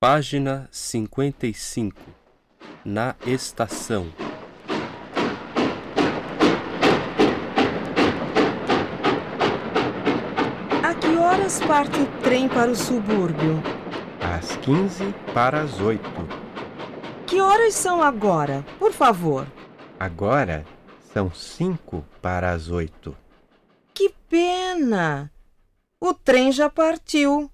Página 55 Na estação. A que horas parte o trem para o subúrbio? Às 15 para as 8. Que horas são agora, por favor? Agora são 5 para as 8. Que pena! O trem já partiu.